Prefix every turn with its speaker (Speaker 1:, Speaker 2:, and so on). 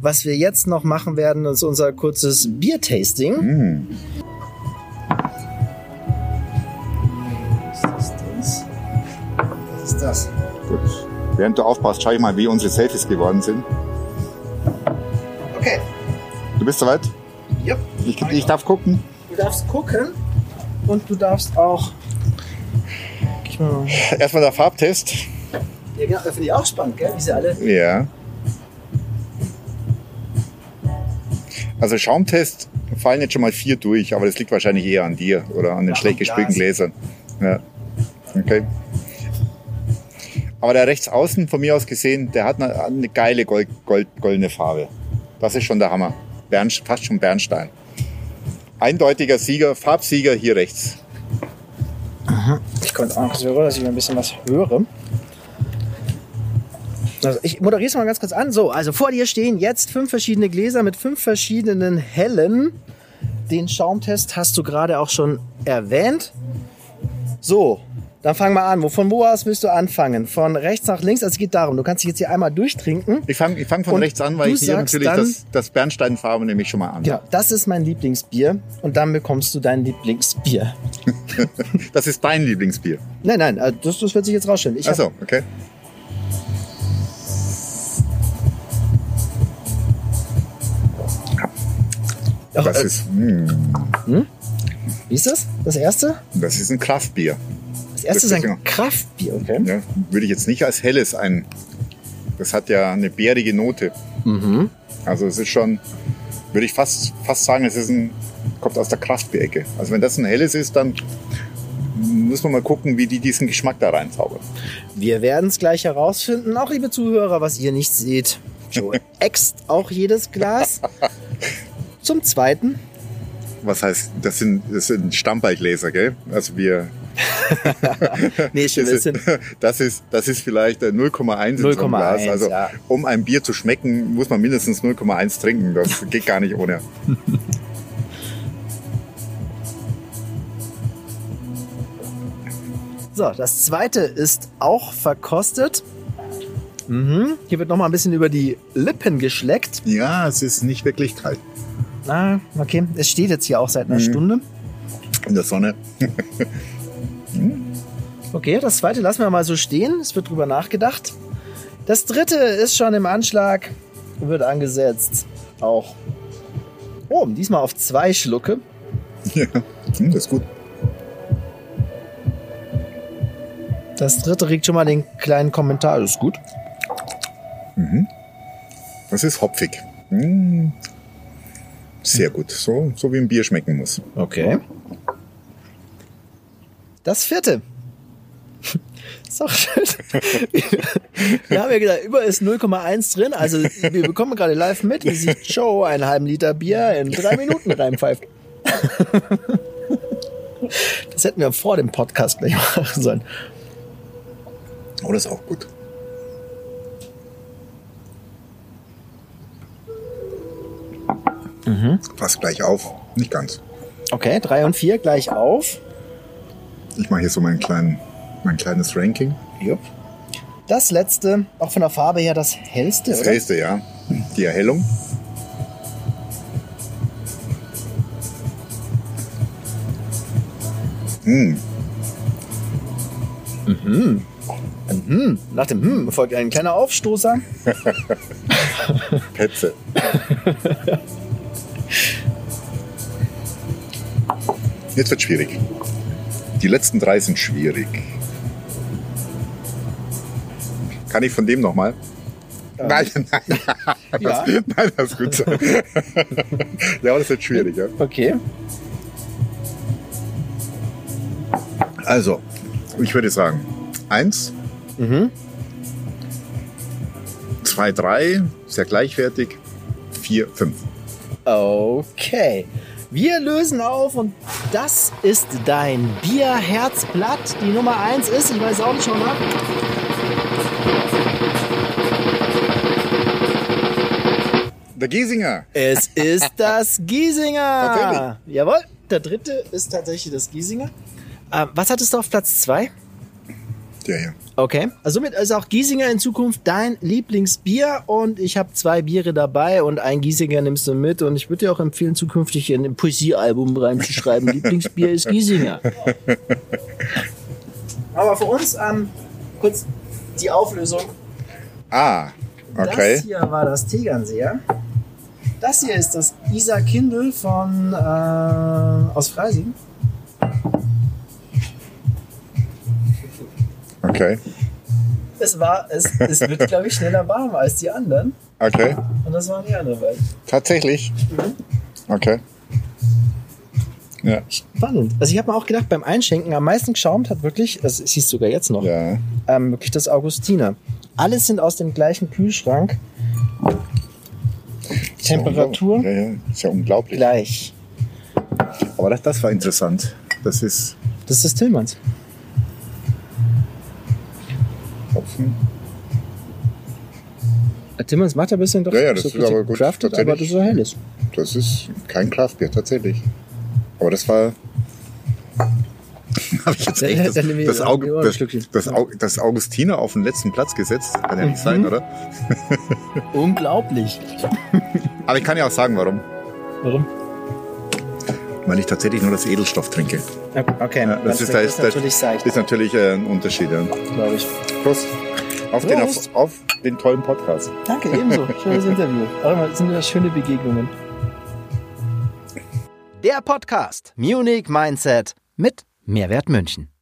Speaker 1: Was wir jetzt noch machen werden, ist unser kurzes Biertasting. Was ist das? Was ist das?
Speaker 2: Gut. Während du aufpasst, schaue ich mal, wie unsere Selfies geworden sind.
Speaker 1: Okay.
Speaker 2: Du bist soweit?
Speaker 1: Yep.
Speaker 2: Ich, ich darf gucken.
Speaker 1: Du darfst gucken und du darfst auch. Ich mal-
Speaker 2: Erstmal der Farbtest.
Speaker 1: Ja, genau, das finde ich auch spannend, gell? Wie sie alle.
Speaker 2: Ja. Also Schaumtest fallen jetzt schon mal vier durch, aber das liegt wahrscheinlich eher an dir oder an den
Speaker 1: Ja,
Speaker 2: schlecht
Speaker 1: am
Speaker 2: gespülten
Speaker 1: Glas.
Speaker 2: Gläsern. Ja. Okay. Aber der rechts außen von mir aus gesehen, der hat eine, eine geile Gold, Gold, goldene Farbe. Das ist schon der Hammer. Bern, fast schon Bernstein. Eindeutiger Sieger, Farbsieger hier rechts.
Speaker 1: Ich konnte auch so, dass ich mal ein bisschen was höre. Also ich moderiere es mal ganz kurz an. So, also vor dir stehen jetzt fünf verschiedene Gläser mit fünf verschiedenen Hellen. Den Schaumtest hast du gerade auch schon erwähnt. So, dann fang mal an. Wo- Von wo aus willst du anfangen? Von rechts nach links? Also es geht darum, du kannst dich jetzt hier einmal durchtrinken.
Speaker 2: Ich fange ich fang von
Speaker 1: Und
Speaker 2: rechts an, weil
Speaker 1: du
Speaker 2: ich hier
Speaker 1: sagst
Speaker 2: natürlich
Speaker 1: dann-
Speaker 2: das, das Bernsteinfarbe nämlich schon mal an.
Speaker 1: Genau, das ist mein Lieblingsbier und dann bekommst du dein Lieblingsbier.
Speaker 2: Das ist dein Lieblingsbier.
Speaker 1: Nein, nein, äh, das, das wird sich jetzt rausstellen. Ich hab-
Speaker 2: Achso, okay.
Speaker 1: Ach,
Speaker 2: Das
Speaker 1: äh,
Speaker 2: ist, mm,
Speaker 1: Wie ist das? Das erste?
Speaker 2: das ist ein Kraftbier.
Speaker 1: Das erste ist
Speaker 2: Das ist ja-
Speaker 1: ein Kraftbier, okay?
Speaker 2: Ja, würde ich jetzt nicht als helles ein. Das hat ja eine bärige Note.
Speaker 1: Mhm.
Speaker 2: Also es ist schon, würde ich fast, fast sagen, es ist ein, kommt aus der Kraftbierecke. Also wenn das ein helles ist, dann müssen wir mal gucken, wie die diesen Geschmack da reinzaubern.
Speaker 1: Wir werden es gleich herausfinden, auch liebe Zuhörer, was ihr nicht seht. Joe äxt auch jedes Glas. Zum zweiten.
Speaker 2: Was heißt, das sind, das sind Stammbeigläser, gell? Also wir,
Speaker 1: Nee, schon ein
Speaker 2: Das
Speaker 1: bisschen.
Speaker 2: ist, das ist, das ist vielleicht äh, 0,1 in so
Speaker 1: 0,1,
Speaker 2: einem Glas. Also
Speaker 1: ja.
Speaker 2: um ein Bier zu schmecken, muss man mindestens 0,1 trinken. Das geht gar nicht ohne.
Speaker 1: So, das zweite ist auch verkostet. Mhm. Hier wird nochmal ein bisschen über die Lippen geschleckt.
Speaker 2: Ja, es ist nicht wirklich kalt.
Speaker 1: Ah, okay. Es steht jetzt hier auch seit einer Stunde.
Speaker 2: In der Sonne.
Speaker 1: Okay, das zweite lassen wir mal so stehen. Es wird drüber nachgedacht. Das dritte ist schon im Anschlag. Wird angesetzt. Auch. Oh, diesmal auf zwei Schlucke.
Speaker 2: Ja. Hm, das ist gut.
Speaker 1: Das dritte regt schon mal den kleinen Kommentar. Ist gut.
Speaker 2: Das ist hopfig. Hm. Sehr gut. So, so wie ein Bier schmecken muss.
Speaker 1: Okay. Das vierte. Ist doch schön. Wir haben ja gesagt, über ist 0,1 drin. Also wir bekommen gerade live mit, wie sich Joe einen halben Liter Bier in drei Minuten reinpfeift. Das hätten wir vor dem Podcast gleich machen sollen.
Speaker 2: Oh, das ist auch gut. Passt gleich auf. Nicht ganz.
Speaker 1: Okay, drei und vier gleich auf.
Speaker 2: Ich mache hier so meinen kleinen, mein kleines Ranking.
Speaker 1: Jupp. Das letzte, auch von der Farbe her das hellste,
Speaker 2: Das
Speaker 1: oder?
Speaker 2: hellste, ja. Die Erhellung. Hm,
Speaker 1: Hm, nach dem Hm folgt ein kleiner Aufstoßer.
Speaker 2: Petze. Jetzt wird schwierig. Die letzten drei sind schwierig. Kann ich von dem nochmal?
Speaker 1: Ähm.
Speaker 2: Nein, nein,
Speaker 1: Ja.
Speaker 2: nein, das ist gut. ja, aber das wird schwierig, ja.
Speaker 1: Okay.
Speaker 2: Also, ich würde sagen, eins,
Speaker 1: Mhm.
Speaker 2: zwei, drei, sehr gleichwertig, vier, fünf.
Speaker 1: Okay. Wir lösen auf und das ist dein Bierherzblatt. Die Nummer 1 ist, ich weiß auch nicht schon nach.
Speaker 2: Der Giesinger.
Speaker 1: Es ist das Giesinger.
Speaker 2: Tatsächlich.
Speaker 1: Jawohl, der dritte ist tatsächlich das Giesinger. Ähm, was hattest du auf Platz 2?
Speaker 2: der hier.
Speaker 1: Okay. Also somit ist auch Giesinger in Zukunft dein Lieblingsbier und ich habe zwei Biere dabei und ein Giesinger nimmst du mit und ich würde dir auch empfehlen, zukünftig in ein Poesiealbum reinzuschreiben, Lieblingsbier ist Giesinger. Aber für uns ähm, kurz die Auflösung.
Speaker 2: Ah,
Speaker 1: Das
Speaker 2: okay.
Speaker 1: hier war das Tegernseer. Das hier ist das Isa Kindl von äh, aus Freising.
Speaker 2: Okay.
Speaker 1: Es war, es, es wird, glaube ich, schneller warm als die anderen.
Speaker 2: Okay.
Speaker 1: Und das waren die anderen beiden.
Speaker 2: Tatsächlich.
Speaker 1: Mhm.
Speaker 2: Okay. Ja.
Speaker 1: Spannend. Also ich habe mir auch gedacht, beim Einschenken am meisten geschaumt hat wirklich, das siehst du sogar jetzt noch,
Speaker 2: Ja.
Speaker 1: ähm, wirklich das Augustiner. Alles sind aus dem gleichen Kühlschrank.
Speaker 2: Ist ja
Speaker 1: Temperatur?
Speaker 2: unglaublich. Ja, ja. Ist ja unglaublich.
Speaker 1: Gleich.
Speaker 2: Aber das, das war interessant. Das ist
Speaker 1: Das ist das Tillmanns.
Speaker 2: Hopfen.
Speaker 1: Ah, Tillmanns macht ja ein bisschen doch
Speaker 2: Ja, ja, das
Speaker 1: so
Speaker 2: ist aber gut,
Speaker 1: crafted, aber das
Speaker 2: tatsächlich.
Speaker 1: ist so helles.
Speaker 2: Das ist kein Kraftbier, tatsächlich. Aber das war. Habe ich jetzt
Speaker 1: Ja,
Speaker 2: echt das,
Speaker 1: dann nehme ich
Speaker 2: das,
Speaker 1: auch die
Speaker 2: Auge,
Speaker 1: Ohren
Speaker 2: das,
Speaker 1: Stückchen.
Speaker 2: das, Au- das Augustiner auf den letzten Platz gesetzt? Kann ja nicht sein,
Speaker 1: Mhm.
Speaker 2: oder?
Speaker 1: Unglaublich.
Speaker 2: Aber ich kann ja auch sagen, warum.
Speaker 1: Warum?
Speaker 2: Weil ich tatsächlich nur das Edelstoff trinke.
Speaker 1: Okay,
Speaker 2: Ja, das ist, da ist, das
Speaker 1: natürlich seicht,
Speaker 2: ist natürlich äh, ein Unterschied. Ja.
Speaker 1: glaube ich.
Speaker 2: Prost. Auf, Den,
Speaker 1: Prost.
Speaker 2: auf, auf den tollen Podcast.
Speaker 1: Danke, ebenso. Schönes Interview. Auch immer sind wieder schöne Begegnungen. Der Podcast Munich Mindset mit Mehrwert München.